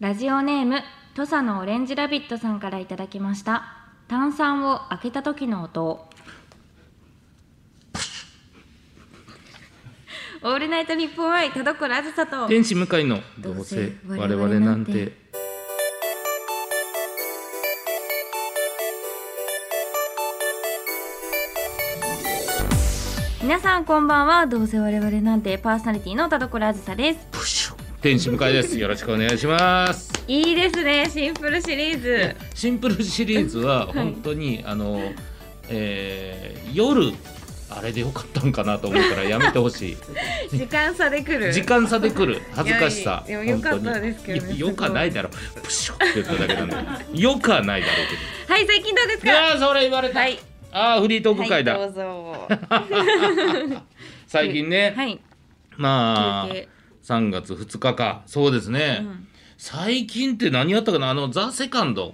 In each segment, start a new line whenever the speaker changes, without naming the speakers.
ラジオネーム土佐のオレンジラビットさんからいただきました炭酸を開けた時の音 オールナイト日本愛田所あずさと
天使向かいのどうせ我々なんて
皆さんこんばんはどうせ我々なんてパーソナリティの田所あずさです
天使向かいですよろしくお願いします
いいですねシンプルシリーズ
シンプルシリーズは
はい
本当に、あの、えー夜あれでよかったんかなと思うからやめてほしい
時間差で来る
時間差で来る恥ずかしさ
いやいやよかったですけどね
本当にいやよかないだろプシュって言っただけなんだけどよかないだろうけ
はい最近どうです
どい
か
やーそれ言われた、
はい
ああフリートーク
は
会
い
だ、
どうぞ
最近 ね、
はい
まあ
休憩
3月2日かそうですね、
うん
最近って何やったかなあの「ザ・セカンドっ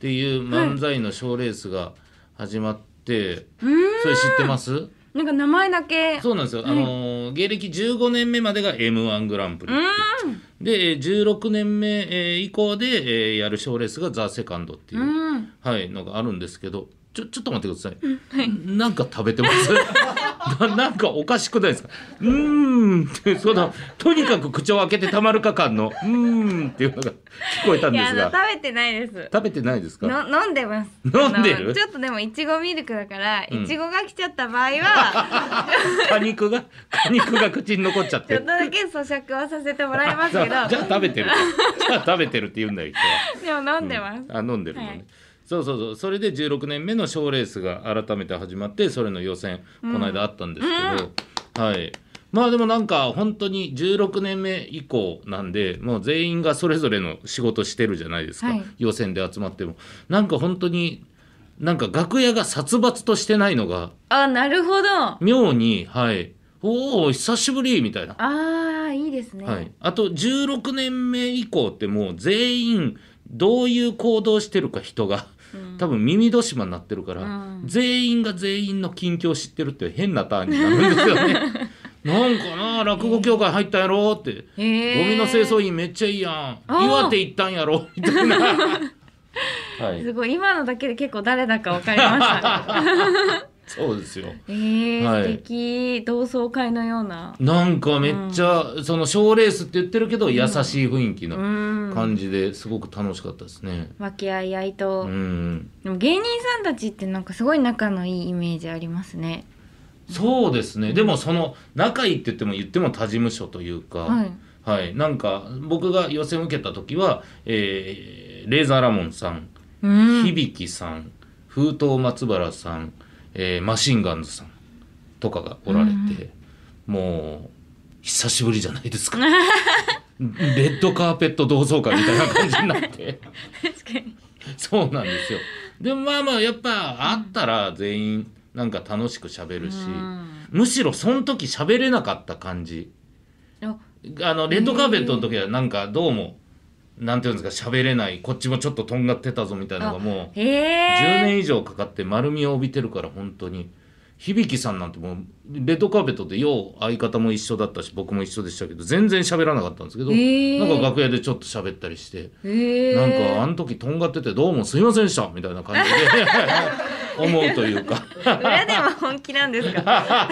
ていう漫才の賞ーレースが始まって、
うん
それ知ってます
なんか名前だけ
そうなんですよ、あのー芸歴15年目までが m 1グランプリ、
うん
でえー16年目えー以降でえーやる賞ーレースが「ザ・セカンドっていう、
うん
はい、のがあるんですけどちょちょっと待ってください、なんか食べてます ななんかおかしくないですかうーんってそのとにかく口を開けてたまるか感のうーんっていうのが聞こえたん
い
で
やあ
す
の食
が
べてないです
食べてないですか
の飲んでます
飲んでる
あのちょっとでもいちごミルクだから
うん
いちごが来ちゃった場合 は
果肉が果肉が口に残っちゃっ
ちょ
て
っとだけ咀嚼をさせてもらいますけ
あ じ
ど
ゃあ食べてるじゃあ食べてるって言うんだよ人は
でも飲んでます
うんあ飲んでるのね、
はい
そうそうそうそれで16年目の賞ーレースが改めて始まってそれの予選、この間あったんですけど、はいまあでもなんか本当に16年目以降なんでもう全員がそれぞれの仕事してるじゃないですか、
はい
予選で集まってもなんか本当になんか楽屋が殺伐としてないのが
あなるほどあ
妙にはいおお久しぶりみたいな
ーいいですね、
はい、あと16年目以降ってもう全員どういう行動してるか人が、多分耳戸島になってるから、
うん
全員が全員の近況知ってるっていう変なターンになるんですよね。 なんかな落語協会入ったんやろって、
えー
ゴミの清掃員めっちゃいいや
あ
ん
ー
岩手行ったん やろみたいな。はい、
すごい今のだけで結構誰だかわかりました
そうですよ。
えー、
はい
素敵同窓会のような
なんかめっちゃ、その賞ーレースって言ってるけど優しい雰囲気
う
の
ん
感じですごく楽しかったですね。
和気あいあいと、
うん
でも芸人さんたちってなんかすごい仲のいいイメージありますね
そうですね、でもその仲いいって言っても言っても他事務所というか、
はい
はいなんか僕が予選受けた時は、えーレーザーラモンさん、
うん
響さん封筒松原さん、えーマシンガンズさんとかがおられて、もう久しぶりじゃないですか レッドカーペット同窓会みたいな感じになって。
確かに
そうなんですよ。でもまあまあやっぱ会ったら全員なんか楽しく喋るし、
うん
むしろその時喋れなかった感じ。
あ
あのレッドカーペットの時はなんかどうも、なんていうんですか喋れないこっちもちょっととんがってたぞみたいなのがもう
へえ
10年以上かかって丸みを帯びてるから本当に。響さんなんてもうレッドカーペットでよう相方も一緒だったし僕も一緒でしたけど全然喋らなかったんですけど、
へー
なんか楽屋でちょっと喋ったりして
へえ
なんかあの時とんがっててどうもすいませんでしたみたいな感じで 思うというか
裏でも本気なんですか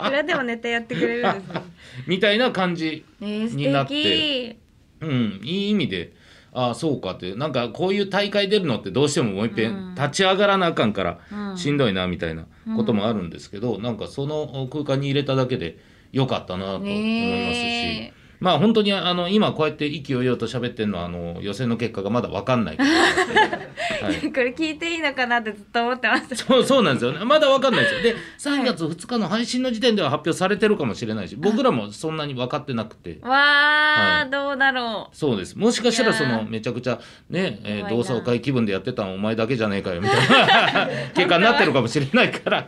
裏でもネタやってくれるんですね
みたいな感じ、
えー、素
になっ
敵
うん、いい意味でああそうかってなんかこういう大会出るのってどうしてももう一
う
遍
ん
立ち上がらなあかんから
うん
しんどいなみたいなこともあるんですけど、なんかその空間に入れただけで良かったなと思いますし。
ねえ
まあ本当にあの今こうやって意気揚々と喋ってるのはあの予選の結果がまだ分かんな いから、はい、
これ聞いていいのかなってずっと思ってました
そうそうなんですよね。まだわかんないですよ。で、3月2日の配信の時点では発表されてるかもしれないし、僕らもそんなに分かってなくて。
わー、
はい
どうだろ
そうです。もしかしたらそ
いや
の
ー
めちゃくちゃね、えー
怖い
同
な
窓会気分でやってたのお前だけじゃねえかよみたい な結果になってるかもしれないから。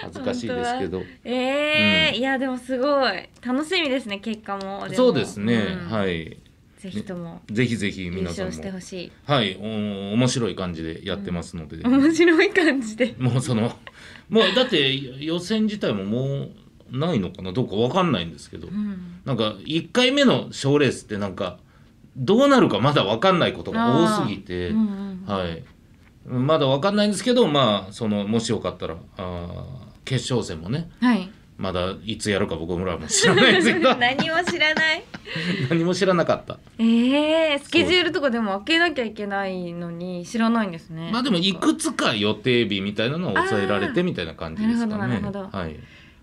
恥ずかしいですけど。
うえーいやでもすごい楽しみですね結果もも
そうですね。
ん
はい。
ぜひとも
ぜひぜひ
優
皆さん
勝してほ
も。
しい
はい。お面白い感じでやってますので。
面白い感じで
もうその、もうだって予選自体ももうないのかなどうかわかんないんですけど。
うん
なんか1回目の賞ーレースってなんかどうなるかまだ分かんないことが多すぎて、
うんうん
はい、まだ分かんないんですけどまあそのもしよかったらあー決勝戦もね
はい。
まだいつやるか僕らも知らないですけ ど
何も知らない。
何も知らなかった。
ええスケジュールとかでも開けなきゃいけないのに知らないんですね。
まあでもいくつか予定日みたいなのを抑えられてみたいな感じですかね。
あーなるほどなるほど
はい。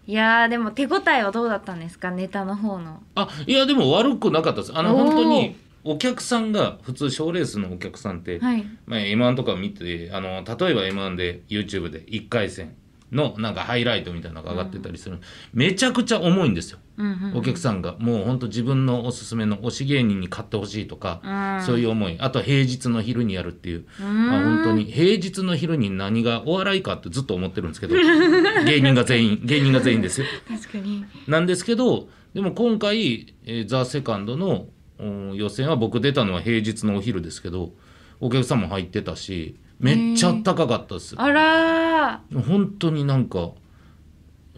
いやーでも手応えはどうだったんですかネタの方の。
あいやでも悪くなかったです。あの
おー
本当にお客さんが普通賞レースのお客さんって、
はい。
まあ M1 とか見てあの例えば M1 で YouTube で1回戦のなんかハイライトみたいなのが上がってたりする、めちゃくちゃ重いんですよ。
うんうんうん、
お客さんがもう本当自分のおすすめの推し芸人に買ってほしいとか。
うん、
そういう思いあと平日の昼にやるっていう
うーん。
まあ、本当に平日の昼に何がお笑いかってずっと思ってるんです けど芸人が全員芸人が全員ですよ
確かに。
なんですけどでも今回「えーザ・セカンドのうん予選は僕出たのは平日のお昼ですけどお客さんも入ってたしめっちゃあったかかったです
あら
本当になんか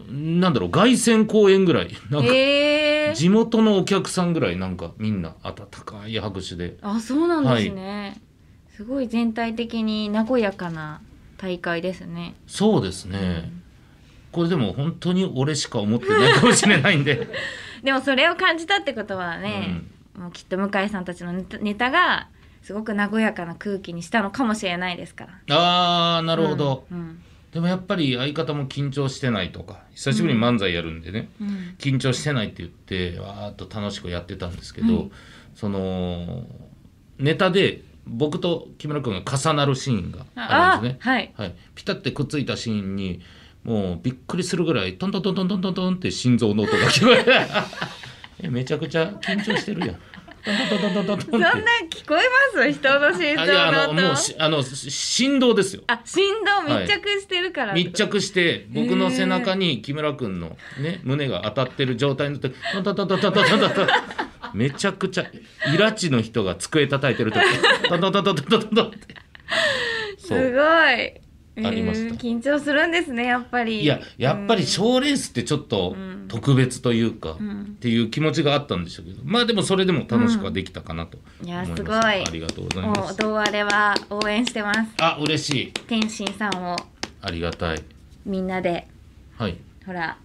なんだろう凱旋公演ぐらいなん
ー。
か
えー。
地元のお客さんぐらいなんかみんな温かい拍手で
あそうなんですね、すごい全体的に和やかな大会ですね。
そうですね、これでも本当に俺しか思ってないかもしれないん で、
でもそれを感じたってことは
う
ね、
ん、
もうきっと向井さんたちのネタネタがすごく和やかな空気にしたのかもしれないですから。
あーな
な
るほど、
うん
でもやっぱり相方も緊張してないとか久しぶりに漫才やるんでね、
うん
緊張してないって言ってわーっと楽しくやってたんですけど、
はい
そのネタで僕と木村君が重なるシーンがあるんですね
はい。
はい、ピタってくっついたシーンにもうびっくりするぐらいトントントントントントントンって心臓の音が聞こえて えめちゃくちゃ緊張してるやん。トントントントントント
そん
ン
な
って。
聞こえます人の心
あいやあ
臓の
のも
音
う。しあのし振動ですよ。
あ振動密着してるから。
密。着して僕の背中に木村君のね胸が当たってる状態になってトントントントントントントントンめちゃくちゃイラチの人が机叩いてる時トントントントントントントンって。
すご
そ
い。
う
えー
ありました
緊張するんですねやっぱり。
いややっぱり
うん
賞レースってちょっと特別というか。
うん
っていう気持ちがあったんでしょうけどまあでもそれでも楽しくはできたかなと
うんい
思
や
います,、
すごい
ありがとうござい
も
ま
う
す
どうあれは応援してます。
あ嬉しい
天心さんを
ありがたい
みんなで
はい
ほら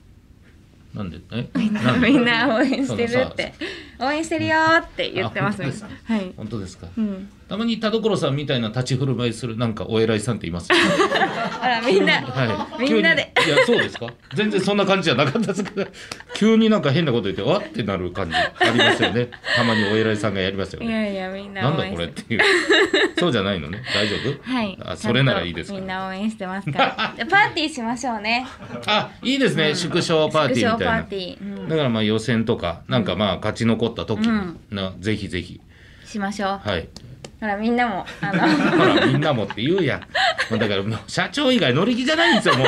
なんでえ
みんな
で
みんな応援してるっ
その
て
さ
応援してるよーって言ってます
あ
み
本
ん
当
な
です
はい、
本当ですか
うん、
たまに田所さんみたいな立ち振る舞いするなんかお偉いさんってい ます
ほらみんな、
はい
みんなで
急にいやそうですか全然そんな感じじゃなかった ですけど急になんか変なこと言ってわってなる感じありますよねたまにお偉いさんがやりますよ
い
ね
やいやみん
な
なん応
だ
援
これ
し
っ てていうそうじゃないのね大丈夫
はい
あそれならいいです
ちゃん
か
とみん
ら
な応援してます からでパーティーしましょうね
あいいですね、縮小パーティーみたいな
縮小パーティー、うん
だからまあ予選とか、なんかまあ勝ち残った時に、
うん
なぜひぜひ、
しましょう
はい。
ほらみんなもあの
ほら、みんなもって言うやん。もうだからもう社長以外乗り気じゃないんですよ、も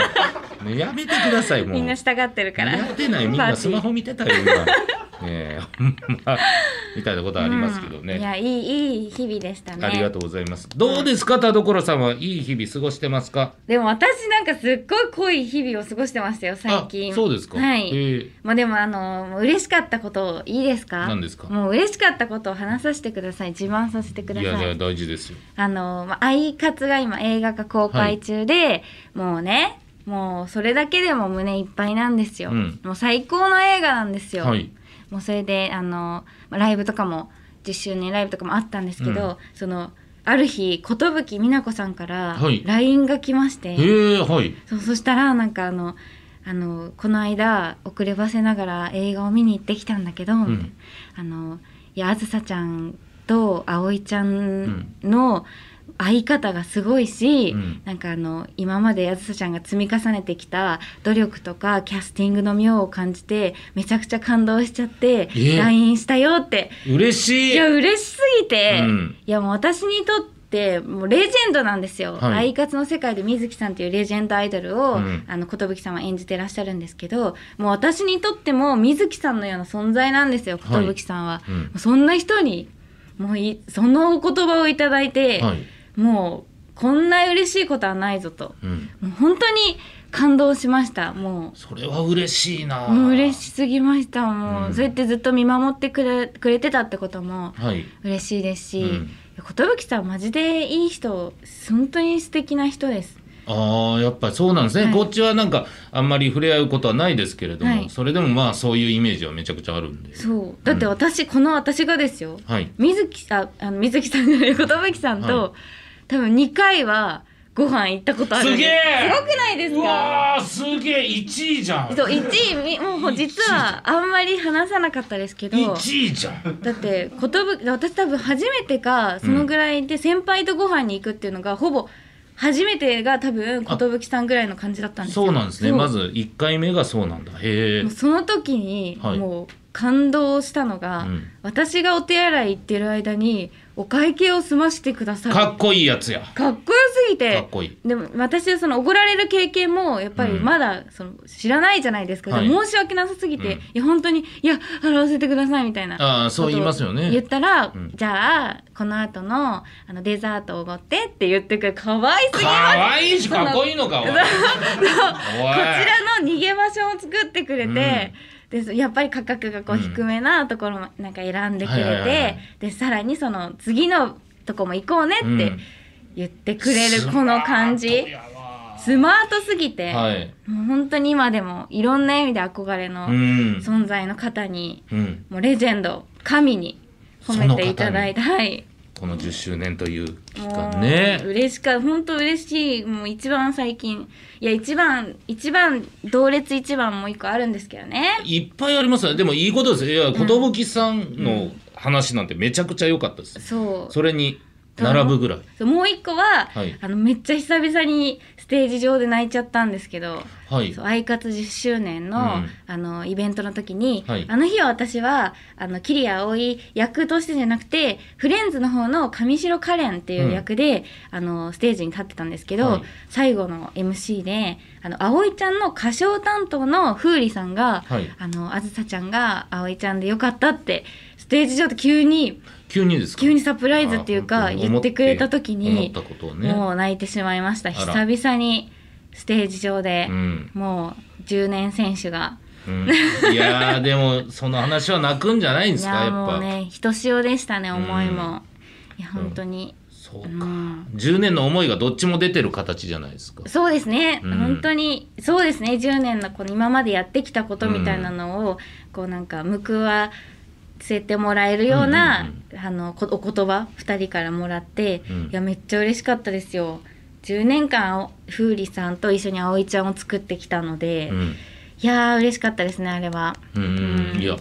う。ねやめてください、もう。
みんな従ってるから
やってない、みんなスマ
ホ
ホ見てたよ、今。ねえ、ほんまみたいなことありますけど
い
ね。
やいいいい日々でしたね
ありがとうございます。どうですか、田所さんはいい日々過ごしてますか
でも私なんかすっごい濃い日々を過ごしてましたよ最近
あ、そうですか。
はい、
ええ
まあでもあのもう嬉しかったことをいいですか？
何ですか
もう嬉しかったことを話させてください。自慢させてくだ
い
さい。
やいや、大事ですよ。
あのまあアイカツが今映画が公開中で、もうね、もうそれだけでも胸いっぱいなんですよ。
うん
もう最高の映画なんですよ。
はい。
もうそれであのまあライブとかも10周年ライブとかもあったんですけど、
うん
そのある日寿美奈子さんから
はい
LINE が来まして。
ええはい。
そうそしたらなんかあのあのこの間遅ればせながら映画を見に行ってきたんだけど、みたいなあのいやあずさちゃんと葵ちゃんの相方がすごいし、
うん
なんかあの今まであずさちゃんが積み重ねてきた努力とかキャスティングの妙を感じてめちゃくちゃ感動しちゃって
え
LINE したよって
嬉しい。
いや嬉しすぎて、
うん
いやもう私にとってもうレジェンドなんですよ、
はい
アイカツの世界で水木さんというレジェンドアイドルを、
うん
あの寿さんは演じてらっしゃるんですけどもう私にとっても水木さんのような存在なんですよ
はい
寿さんは、
うん
もうそんな人にもういそのお言葉をいただいて、
はい。
もうこんな嬉しいことはないぞと
うん。
もう本当に感動しましたも
それは嬉しいな
うもう嬉しすぎましたもう、
うん
そうやってずっと見守ってくれくれてたってことも
はい
嬉しいですし、
うん
寿さんマジでいい人本当に素敵な人です
ああやっぱりそうなんですね、
はい
こっちはなんかあんまり触れ合うことはないですけれども、
はい
それでもまあそういうイメージはめちゃくちゃあるんで
そうだって私、この私がですよ
はい
水木さんあの水木さんじゃない寿さんと、
は
多分2回はご飯行ったことあるんです
げえ
すごくないです
う
か
わーすげえ1位じゃん
そう1位みもう実はあんまり話さなかったですけど
1位じゃん
だって寿私多分初めてかそのぐらいで先輩とご飯に行くっていうのがほぼ初めてが多分寿さんぐらいの感じだったんですよ
そうなんですね
そう
まず1回目がそうなんだへえ
もうその時に
はい
もう感動したのが、
うん
私がお手洗い行ってる間にお会計を済ましてくださる
かっこいいやつや
かっこよすぎて
かっこいい
でも私はその奢られる経験もやっぱり
うん
まだその知らないじゃないですか、
はい
でも申し訳なさすぎて、
うん
いや本当に「いや払わせてください」みたいな
ああそう言いますよ
言っ
ね
たら、
うん
じゃあこの後のあのデザートおごってって言ってくるかわいすぎ
か
ます
わいいし
その
かっこいいのかおいおい
こちらの逃げ場所を作ってくれて、でやっぱり価格がこう
うん
低めなところもなんか選んでくれて、
はいはいはいはい
でさらにその次のとこも行こうね
うん
って言ってくれるこの感じ、
スマートやわ
スマートすぎて、
はい
もう本当に今でもいろんな意味で憧れの
うん
存在の方に、
うん
もうレジェンド神に褒めていただいてはい。
この10周年という期
も
間
う
ね
嬉しか本当嬉しいもう一番最近いや一番一番同列一番もう一個あるんですけどね
いっぱいありますねでもいいことですいや寿さんの話なんてめちゃくちゃ良かったです、
そう
それに並ぶぐらい
そうもう一個は、
はい
あのめっちゃ久々にステージ上で泣いちゃったんですけど
はい
そうアイカツ10周年の,、
うん
あのイベントの時に、
はい
あの日は私はあの桐谷葵役としてじゃなくてフレンズの方の上白カレンっていう役で、あのステージに立ってたんですけど、
はい
最後の MC であの葵ちゃんの歌唱担当の風里さんが、
はい
あのあずさちゃんが葵ちゃんでよかったってステージ上で急に
急にですか
急にサプライズっていう
あ
か
ー
言ってくれた時
思っ
に
たことをね
もう泣いてしまいました
あ
久
ら
々にステージ上で。
うん
もう10年選手が。
うん、いやーでもその話は泣くんじゃないんで
い
すかや
や
っ
も
ぱ、
うねひとしおでしたね
ん
思いも。いや本当に、
そう
う
か、
ん、
10年の思いがどっちも出てる形じゃないですか
そうですね、
うん
本当にそうですね10年のこの今までやってきたことみたいなのを、こうなんか報わせてもらえるような、あのこお言葉2人からもらって、
うん
いやめっちゃ嬉しかったですよ。10年間風里さんと一緒に葵ちゃんを作ってきたので、
うん
いやー嬉しかったですねあれは。
うんうん
うん
いや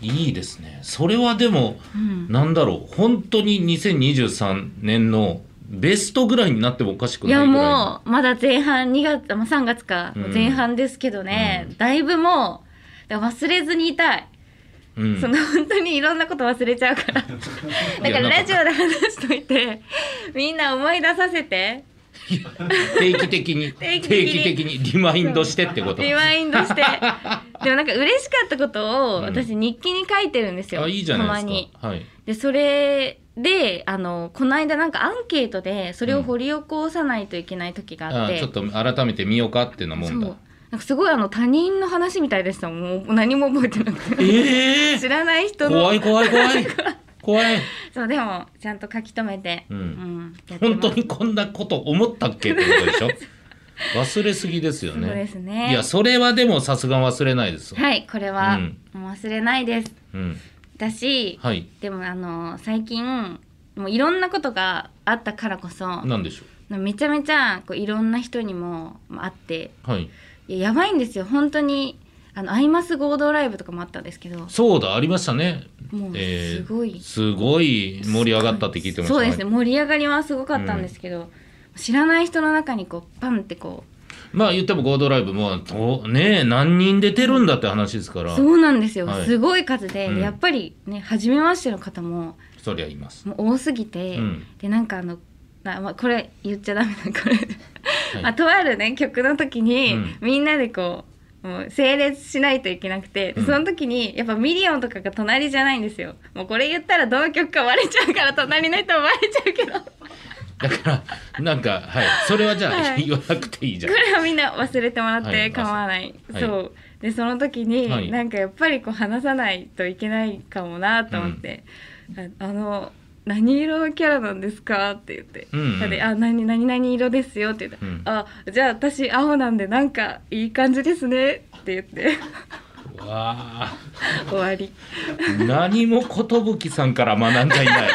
いいですねそれはでも、
うん
なんだろう本当に2023年のベストぐらいになってもおかしくない
い
ぐら
や
いの
もうまだ前半2月まあ3月か
うん
前半ですけどね、
うん
だいぶもうだから忘れずにいたい、
うん
その本当にいろんなこと忘れちゃう からだからラジオで話しといてみんな思い出させて
定期的 に
定
定
期
期
的に
的にリマインドしてってこと
リマインド してでもなんか嬉しかったことを
うん
私日記に書いてるんですよ、
あいいじゃ
た
な
ま
いで
に
す。かはい
でそれであのこの間なんかアンケートでそれを掘り起こさないといけない時があっ
あ
て、
ちょっと改めて見ようかっていうのもん
そう
だ
なんかすごいあの他人の話みたいでしたもんもう何も覚えてなくて
ええ
知らない人の
怖い怖い怖 い怖い
そうでもちゃんと書き留めて、
うん
やってます
本当にこんなこと思ったっけってこと でしょ忘れすぎですよね
そうですね
いやそれはでもさすが忘れないですよ、
はいこれは、
うん
もう忘れないです
うん、
だし、
はい
でもあの最近もういろんなことがあったからこそ
なんでしょ
めちゃめちゃこういろんな人にも会って
うはい
いややばいんですよ本当にあのアイマス合同ライブとかもあったんですけど
そうだありましたね
もうすごい
えーすごい盛り上がったって聞いてました
そうですね
はい
盛り上がりはすごかったんですけど、知らない人の中にこうパンってこ
まあ言ってもゴードライブもとねえ何人出てるんだって話ですか
う
ら
そうなんですよ、
はい
すごい数で、
うん
やっぱりね初めましての方も
そりゃいます
もう多すぎて、
うん
でなんかあのあ、まあ、これ言っちゃダメだこれ、
はい
あとあるね曲の時に、
うん
みんなでこう。もう整列しないといけなくて、で
うん
その時にやっぱミリオンとかが隣じゃないんですよもうこれ言ったらどの曲か割れちゃうから隣の人も割れちゃうけど
だからなんかはいそれはじゃあ、
はい
言わなくていいじゃん
こ。れはみんな忘れてもらっ
は
て
い
構わない、
はい
そうでその時に、
はい
なんかやっぱりこう話さないといけないかもなと思って、ああの何色のキャラなんですかって言って、
うんうん
であ何何何色ですよって言ったら、
う
あ
ん
じゃあ私青なんでなんかいい感じですねって言って
わあ
終わり
何も寿さんから学んじゃいない。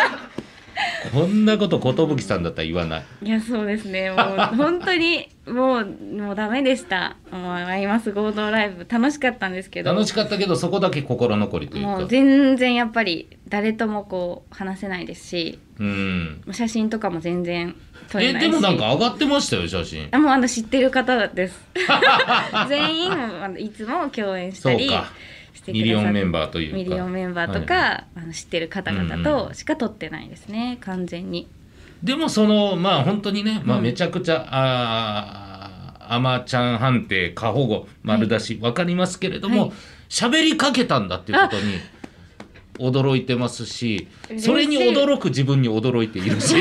こんなこと寿さんだったら言わない。
いやそうですねもう本当にもうもうダメでしたもう今す合同ライブ楽しかったんですけど
楽しかったけどそこだけ心残りというか。
もう全然やっぱり誰ともこう話せないですし
うん。
写真とかも全然撮れ
え
ないし
でもなんか上がってましたよ写真。
あもうあの知ってる方です 全員あのいつも共演したり
そうか
して
ミリオンメン
バ
バーというか。
ミリオンメンバーとか、
はい
あの知ってる方々
うんう
としか撮ってないですね、完全に
でもそのまあ本当にね、まあ、
うん
めちゃくちゃ、あーあまちゃん判定過保護丸出し、わかりますけれど
はい
も喋、りかけたんだっていうことに驚いてますし
嬉しい
それに驚く自分に驚いているし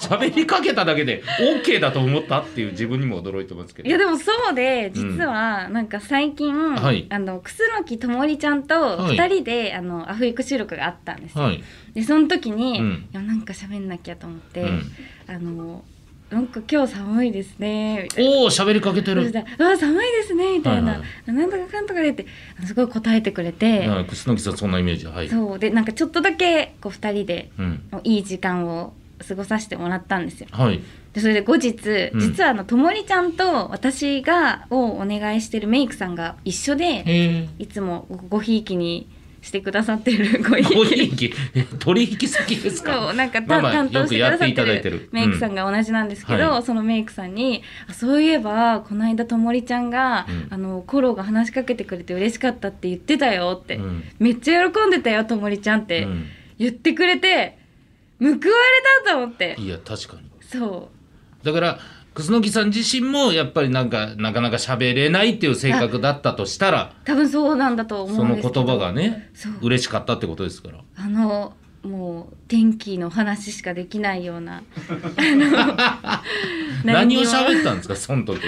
喋りかけただけで OK だと思ったっていう自分にも驚いてますけ
いや
ど。
でもそうで実はなんか最近、
はい
あの楠木ともりちゃんと
はい
2人で、あのアフリク収録があったんですよ、
はい、
でその時に、
うん
いやなんか喋んなきゃと思って、
うん
あのなんか今日寒いですねみたいな。
おお喋りかけて
そした
る。
ら「うわ寒いですね」みたいな「
はいは
なんとかかんとかで」ってあのすごい答えてくれて、
はい、楠木さんそんなイメージはい。
そうでなんかちょっとだけこう2人で
うん、
いい時間を過ごさせてもらったんですよ。
はい。
でそれで後日、
うん
実はあのともりちゃんと私がをお願いしてるメイクさんが一緒で
ええ。
いつもごひいきにしてくださってるごひいき
ご引 き取引先ですか。
そうなんかた、
まあまあ
担当してくださ
よくやっていただ
っ
い
て
て
る
る
メイクさんが同じなんですけど、
うんはい
そのメイクさんに「あそういえばこの間ともりちゃんが、
うん
あのコロが話しかけてくれて嬉しかったって言ってたよ」って、
うん
めっちゃ喜んでたよともりちゃん」って
うん
言ってくれて、報われたと思って
いや確かに
そ
だから楠木さん自身もやっぱりなんかなかなか喋れないっていう性格だったとしたら
う多分そうなんだと思
そ
うん
の
で
言
すけど
葉がね
そう
嬉しかったってことですから
あのもう天気の話しかできないような あの
何を
る
喋ったんですかその時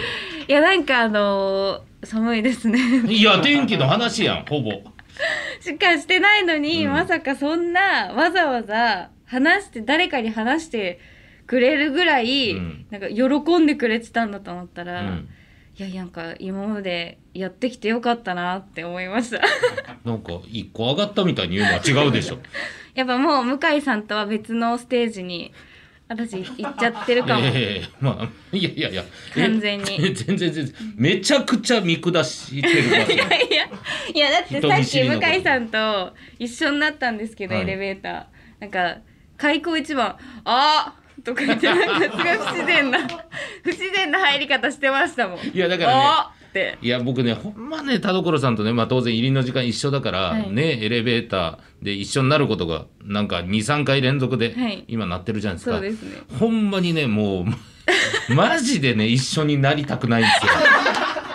いやなんかあの寒いですね
いや天気の話やんほぼ
しかしてないのに、
うん
まさかそんなわざわざ話して誰かに話してくれるぐらい、
うん
なんか喜んでくれてたんだと思ったら、
うん
いやいやなんか今までやってきてよかったなって思いました
なんか一個上がったみたいに言うのは違うでしょ
やっぱもう向井さんとは別のステージに私行っちゃってるかも、
ええまあいやいやいやえ
完全に
全然全然めちゃくちゃ見下してるわ
い
け
やいやいやだって
人
さっ
見
き
知りのこと
向井さんと一緒になったんですけど、
はい
エレベーターなんか開口一番「あーとか言ってなんかすごい不自然な 不自然な入り方してましたもん。
いやだからね
あーって
いや僕ねほんまね田所さんとね、まあ、当然入りの時間一緒だから、
はい
ねエレベーターで一緒になることがなんか23回連続で
はい
今なってるじゃないですか、
そうですね。
ほんまにねもう マジでね一緒になりたくないんで すよ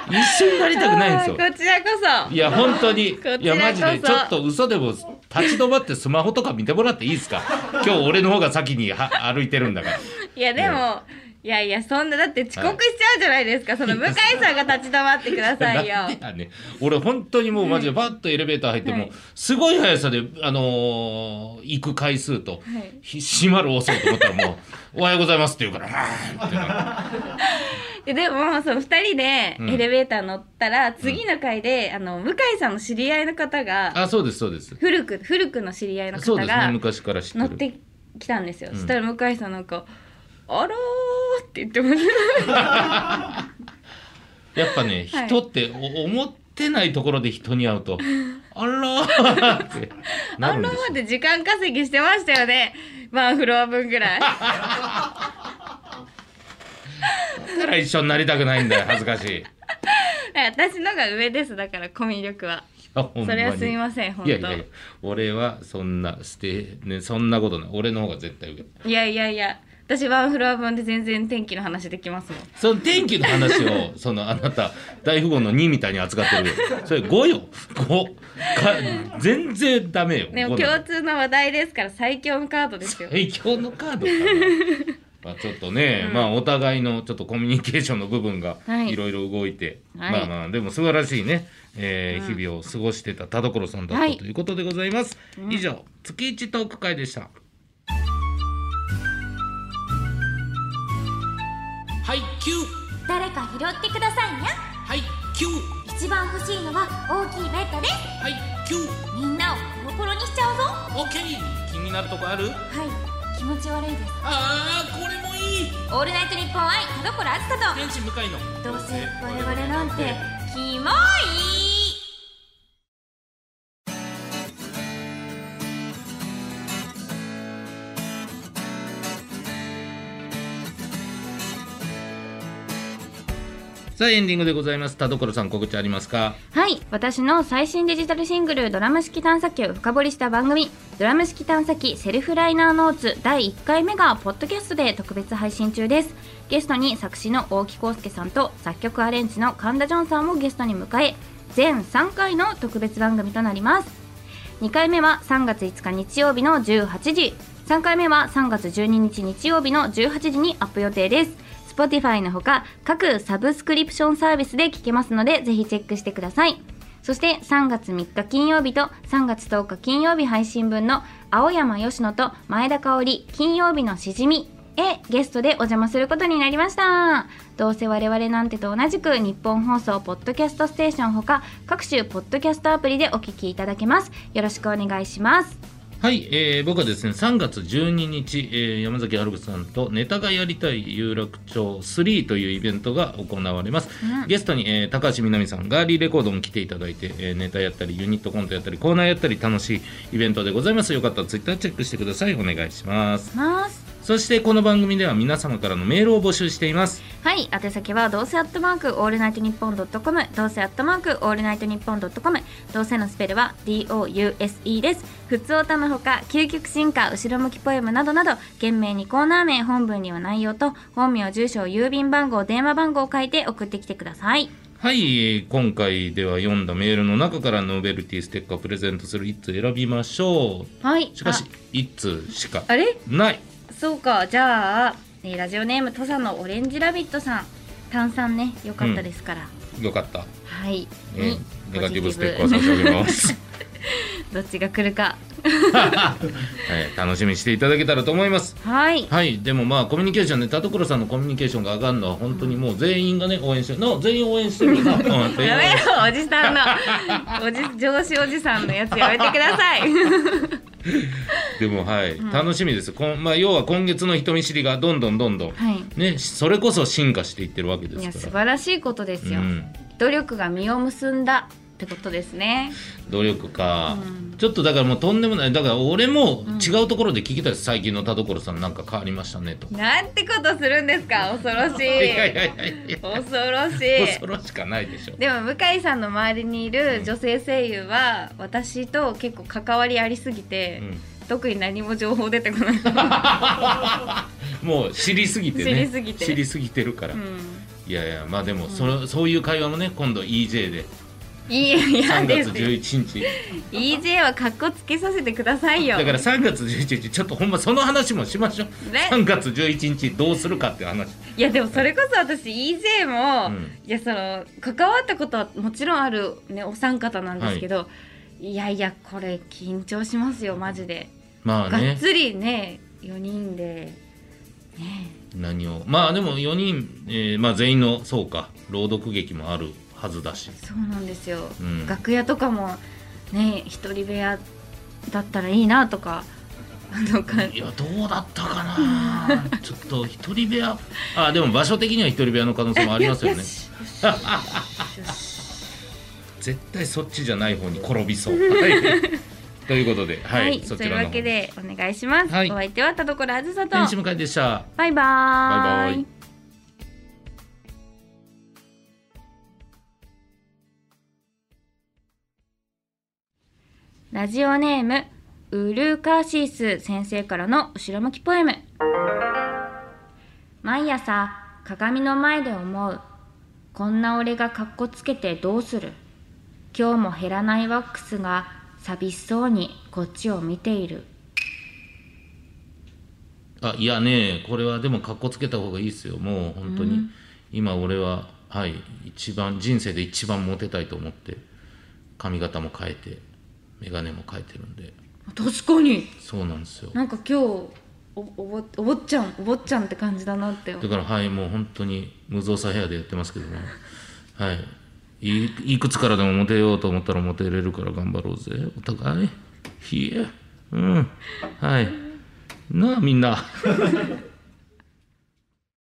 一緒になりたくないんですよ
あーこちらこそ
いや本当にい
こちらこそ
やマジでちょっと嘘でも立ち止まってスマホとか見てもらっていいですか今日俺の方が先には歩いてるんだから
いやでも、いやいやそんなだって遅刻しちゃうじゃないですか、その向井さんが立ち止まってくださいよ
なんでやねん俺本当にもうマジでバッとエレベーター入っても、
はい
すごい速さで、あのー行く回数と、
い
ひ閉まる遅いと思ったらもう「お はようございます」って言うから「うんってなる
ででもその2人
うん
でエレベーター乗ったら、次の回であの向井さんの知り合いの方が
あそうですそうです
古く古くの知り合いの
そう
方
ですね
が
昔から知ってる
乗ってきたんですよ、
うん
そしたら向井さんなんか「あらー」って言ってます
やっぱね、
はい
人ってお思ってないところで人に会 うと「あら」ってな
あ
るん
ら
です
ー
よ
で時間稼ぎしてましたよねまあフロア分ぐ らい
だから一緒になりたくないんだよ恥ずかしい。い
私のが上ですだからコミュ力は
やほん
そ
まに
れはすみません本
い
当
やいやいや俺はそんなステねそんなことない俺の方が絶対上
いやいやいや私ワンフロア分で全然天気の話できますもん
その天気の話をそのあなた大富豪の2みたいに扱ってるよそれ5よ5か全然ダメよ
でも
5なの
共通の話題ですから最強のカードですよ
最強のカードかまあ、ちょっとね、
うん
まあお互いのちょっとコミュニケーションの部分が
はい
いろいろ動いて、
はい
まあまあでも素晴らしいね、え
う
ー
ん
日々を過ごしてた田所さんだっ
は
た
い
ということでございます、以上月一トーク会でしたはいキュー
誰か拾ってくださいにゃ
はいキュー
一番欲しいのは大きいベッドです
はいキュー
みんなをコロコロにしちゃうぞは
オッケー気になるとこある
い気持ち悪いです
ああこれもいい
オールナイトニッポン愛田所あずさ
天使向かいの
とどうせ我々なんてキモい
さあエンディングでございます田所さん告知ありますか
はい私の最新デジタルシングル「ドラム式探査機」を深掘りした番組「ドラム式探査機セルフライナーノーツ」第1回目がポッドキャストで特別配信中ですゲストに作詞の大木康介さんと作曲アレンジの神田ジョンさんをゲストに迎え全3回の特別番組となります2回目は3月5日日曜日の18時3回目は3月12日日曜日の18時にアップ予定です Spotify のほか各サブスクリプションサービスで聞けますのでぜひチェックしてくださいそして3月3日金曜日と3月10日金曜日配信分の青山佳乃と前田香織金曜日のしじみへゲストでお邪魔することになりましたどうせ我々なんてと同じく日本放送ポッドキャストステーションほか各種ポッドキャストアプリでお聞きいただけますよろしくお願いします
はい、えー僕はですね3月12日、えー山崎春子さんとネタがやりたい有楽町3というイベントが行われます、ゲストに、えー高橋みなみさんガーリーレコードも来ていただいて、えーネタやったりユニットコントやったりコーナーやったり楽しいイベントでございますよかったらツイッターチェックしてくださいお願いします
ます
そしてこの番組では皆様からのメールを募集しています
はい宛先はどうせアットマークオールナイトニッポンドットコムどうせアットマークオールナイトニッポンドットコムどうせのスペルは DOUSE です普通歌のほか究極進化後ろ向きポエムなどなど懸命にコーナー名本文には内容と本名住所郵便番号電話番号を書いて送ってきてください
はい、えー今回では読んだメールの中からノベルティステッカーをプレゼントする1通選びましょ
はい。
うしかし1通しか
あ。あれ
ない
そうか。じゃあ、えーラジオネーム土佐のオレンジラビットさん。炭酸ね、良かったですから。
よかった
はい。
え
に
えネガティブステッ
ポ
カー
ジ
差
テ
し上
ィブ
げます。
どっちが来る か。
ええ楽しみにしていただけたらと思います。
はい。
はい、でもまあコミュニケーションね、田所さんのコミュニケーションが上がるのは本当にもう全員がね応援してる、の全員応援してるな。うん全員
や
応
め
援
ろ、おじさんの。おじ、上司おじさんのやつやめてください。
でもはい、楽しみです。こんまあ要は今月の人見知りがどんどんどんどん、
はい。
ね、それこそ進化していってるわけで
いや、
す
素
から。
晴らしいことですよ。
うん
努力が実を結んだってことですね。
努力か、
うん
ちょっとだからもうとんでもないだから俺も違うところで聞きたいです、最近の田所さんなんか変わりましたねとか、
なんてことするんですか。恐ろし
いやい
い。
やいやいや
恐ろしい
恐。ろしかないでしょ
でも向井さんの周りにいる女性声優は私と結構関わりありすぎて、特に何も情報出てこ ない、
もう知りすぎてね
知りすぎて
知りすぎてるから、
う
い
ん、
やいやまあでもそれ、そういう会話もね今度 EJ で
いやいや
3
で
月
す
11日
EJ は格好つけさせてくださいよ
だから3月11日ちょっとほんまその話もしましょう
ね
3月11日どうするかっていう話
いやでもそれこそ私 EJ も、
うん
いやその関わったことはもちろんある、ね、お三方なんですけど、い、やいやこれ緊張しますよマジで、
まあ
がっ
ね
つりね4人でね
何をまあでも4人、えーまあ、全員のそうか朗読劇もあるはずだし
そうなんですよ、
うん
楽屋とかもね一人部屋だったらいいなとかあのか
いやどうだったかな ちょっと一人部屋あでも場所的には一人部屋の可能性もありますよ ね
よしよしよし
絶対そっちじゃない方に転びそ う。はい、ということで、は、
はいい、
そ
と
ち
いう
ら
わ
の
けでお願いします、
はい
お相手は田所あずさと
天使迎えでした。
バイバ
バイバ
ーイ
イ
ラジオネームウルカシース先生からの後ろ向きポエム毎朝鏡の前で思うこんな俺がかっこつけてどうする今日も減らないワックスが寂しそうにこっちを見ている
あいやねこれはでもかっこつけた方がいいですよもう本当に、
うん
今俺ははい一番人生で一番モテたいと思って髪型も変えて眼鏡も変えてるんで
確かに
そうなんですよ
なんか今日おおぼお坊ちゃんお坊ちゃんって感じだなって
だからはいもう本当に無造作ヘアでやってますけどもはいいいくつからでもモテようと思ったらモテれるから頑張ろうぜお互いひえうんはいなあみんな